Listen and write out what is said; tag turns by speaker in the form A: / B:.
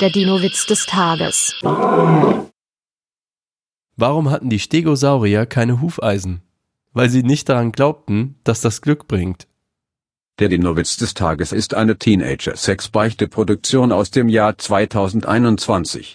A: Der Dino-Witz des Tages.
B: Warum hatten die Stegosaurier keine Hufeisen? Weil sie nicht daran glaubten, dass das Glück bringt.
C: Der Dinowitz des Tages ist eine Teenager-Sex-Beichte-Produktion aus dem Jahr 2021.